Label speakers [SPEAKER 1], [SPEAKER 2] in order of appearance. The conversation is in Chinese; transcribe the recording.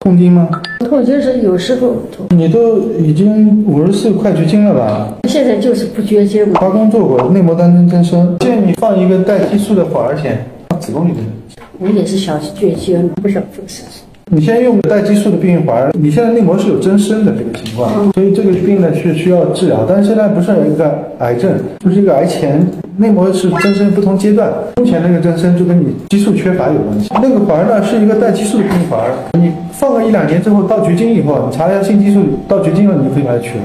[SPEAKER 1] 痛经吗？
[SPEAKER 2] 痛就是有时候痛，
[SPEAKER 1] 你都已经五十四快绝经了吧？
[SPEAKER 2] 现在就是不绝经。
[SPEAKER 1] 华工做过内膜单针增生，建议你放一个带激素的火儿钳，放子宫里面。
[SPEAKER 2] 我也是想绝经，不想做手术。
[SPEAKER 1] 你先用带激素的避孕环，你现在内膜是有增生的这个情况，所以这个病呢是需要治疗，但是现在不是一个癌症，就是一个癌前内膜是增生不同阶段，目前那个增生就跟你激素缺乏有关系。那个环儿呢是一个带激素的避孕环，你放个一两年之后到绝经以后，你查一下性激素到绝经了，你就可以把它取了。